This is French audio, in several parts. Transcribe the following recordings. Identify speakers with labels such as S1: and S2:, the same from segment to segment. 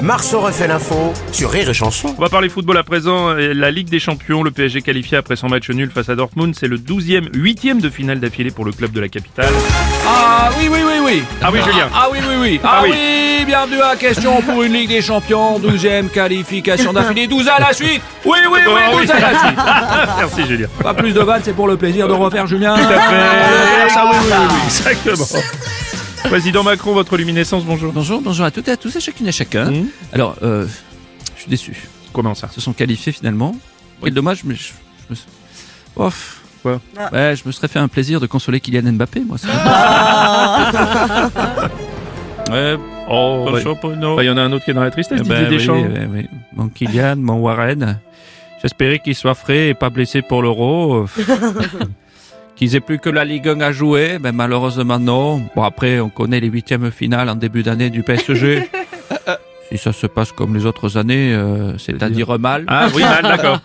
S1: Marceau refait l'info sur Rire et Chanson.
S2: On va parler football à présent. Et La Ligue des Champions, le PSG qualifié après son match nul face à Dortmund, c'est le 12e, 8e de finale d'affilée pour le club de la capitale.
S3: Ah oui, oui, oui, oui.
S2: Ah oui, Julien.
S3: Ah oui, oui, oui. Ah,
S2: Ah oui.
S3: oui. bienvenue à Question pour une Ligue des Champions. 12e qualification d'affilée. 12 à la suite. Oui, oui, oui,
S2: Ah oui,
S3: 12 à la suite.
S2: Merci Julien.
S3: Pas plus de vannes, c'est pour le plaisir de refaire Julien.
S2: Parfait. Ah oui, oui, oui, oui, exactement. Président Macron, votre luminescence, bonjour.
S4: Bonjour, bonjour à toutes et à tous, à chacune et à chacun.
S2: Mhm.
S4: Alors, euh, je suis déçu.
S2: Comment ça
S4: Ils se sont qualifiés finalement. Quel dommage, mais je, je me. suis- Ouf.
S2: Quoi
S4: Ouais, je me serais fait un plaisir de consoler Kylian Mbappé, moi. ça. ouais,
S2: Oh,
S4: Paul
S2: ouais.
S4: Champono.
S2: Bah, il y en a un autre qui est dans la tristesse,
S4: Eh
S2: Didier
S4: ben, oui,
S2: Deschamps.
S4: oui, oui, oui. Mon Kylian, mon Warren. J'espérais qu'il soit frais et pas blessé pour l'Euro. Qu'ils aient plus que la Ligue 1 à jouer, ben malheureusement non. Bon après, on connaît les huitièmes finales en début d'année du PSG. si ça se passe comme les autres années, euh, c'est-à-dire mal,
S2: Ah oui, mal, d'accord.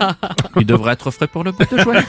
S4: il devrait être frais pour le bout de jouer.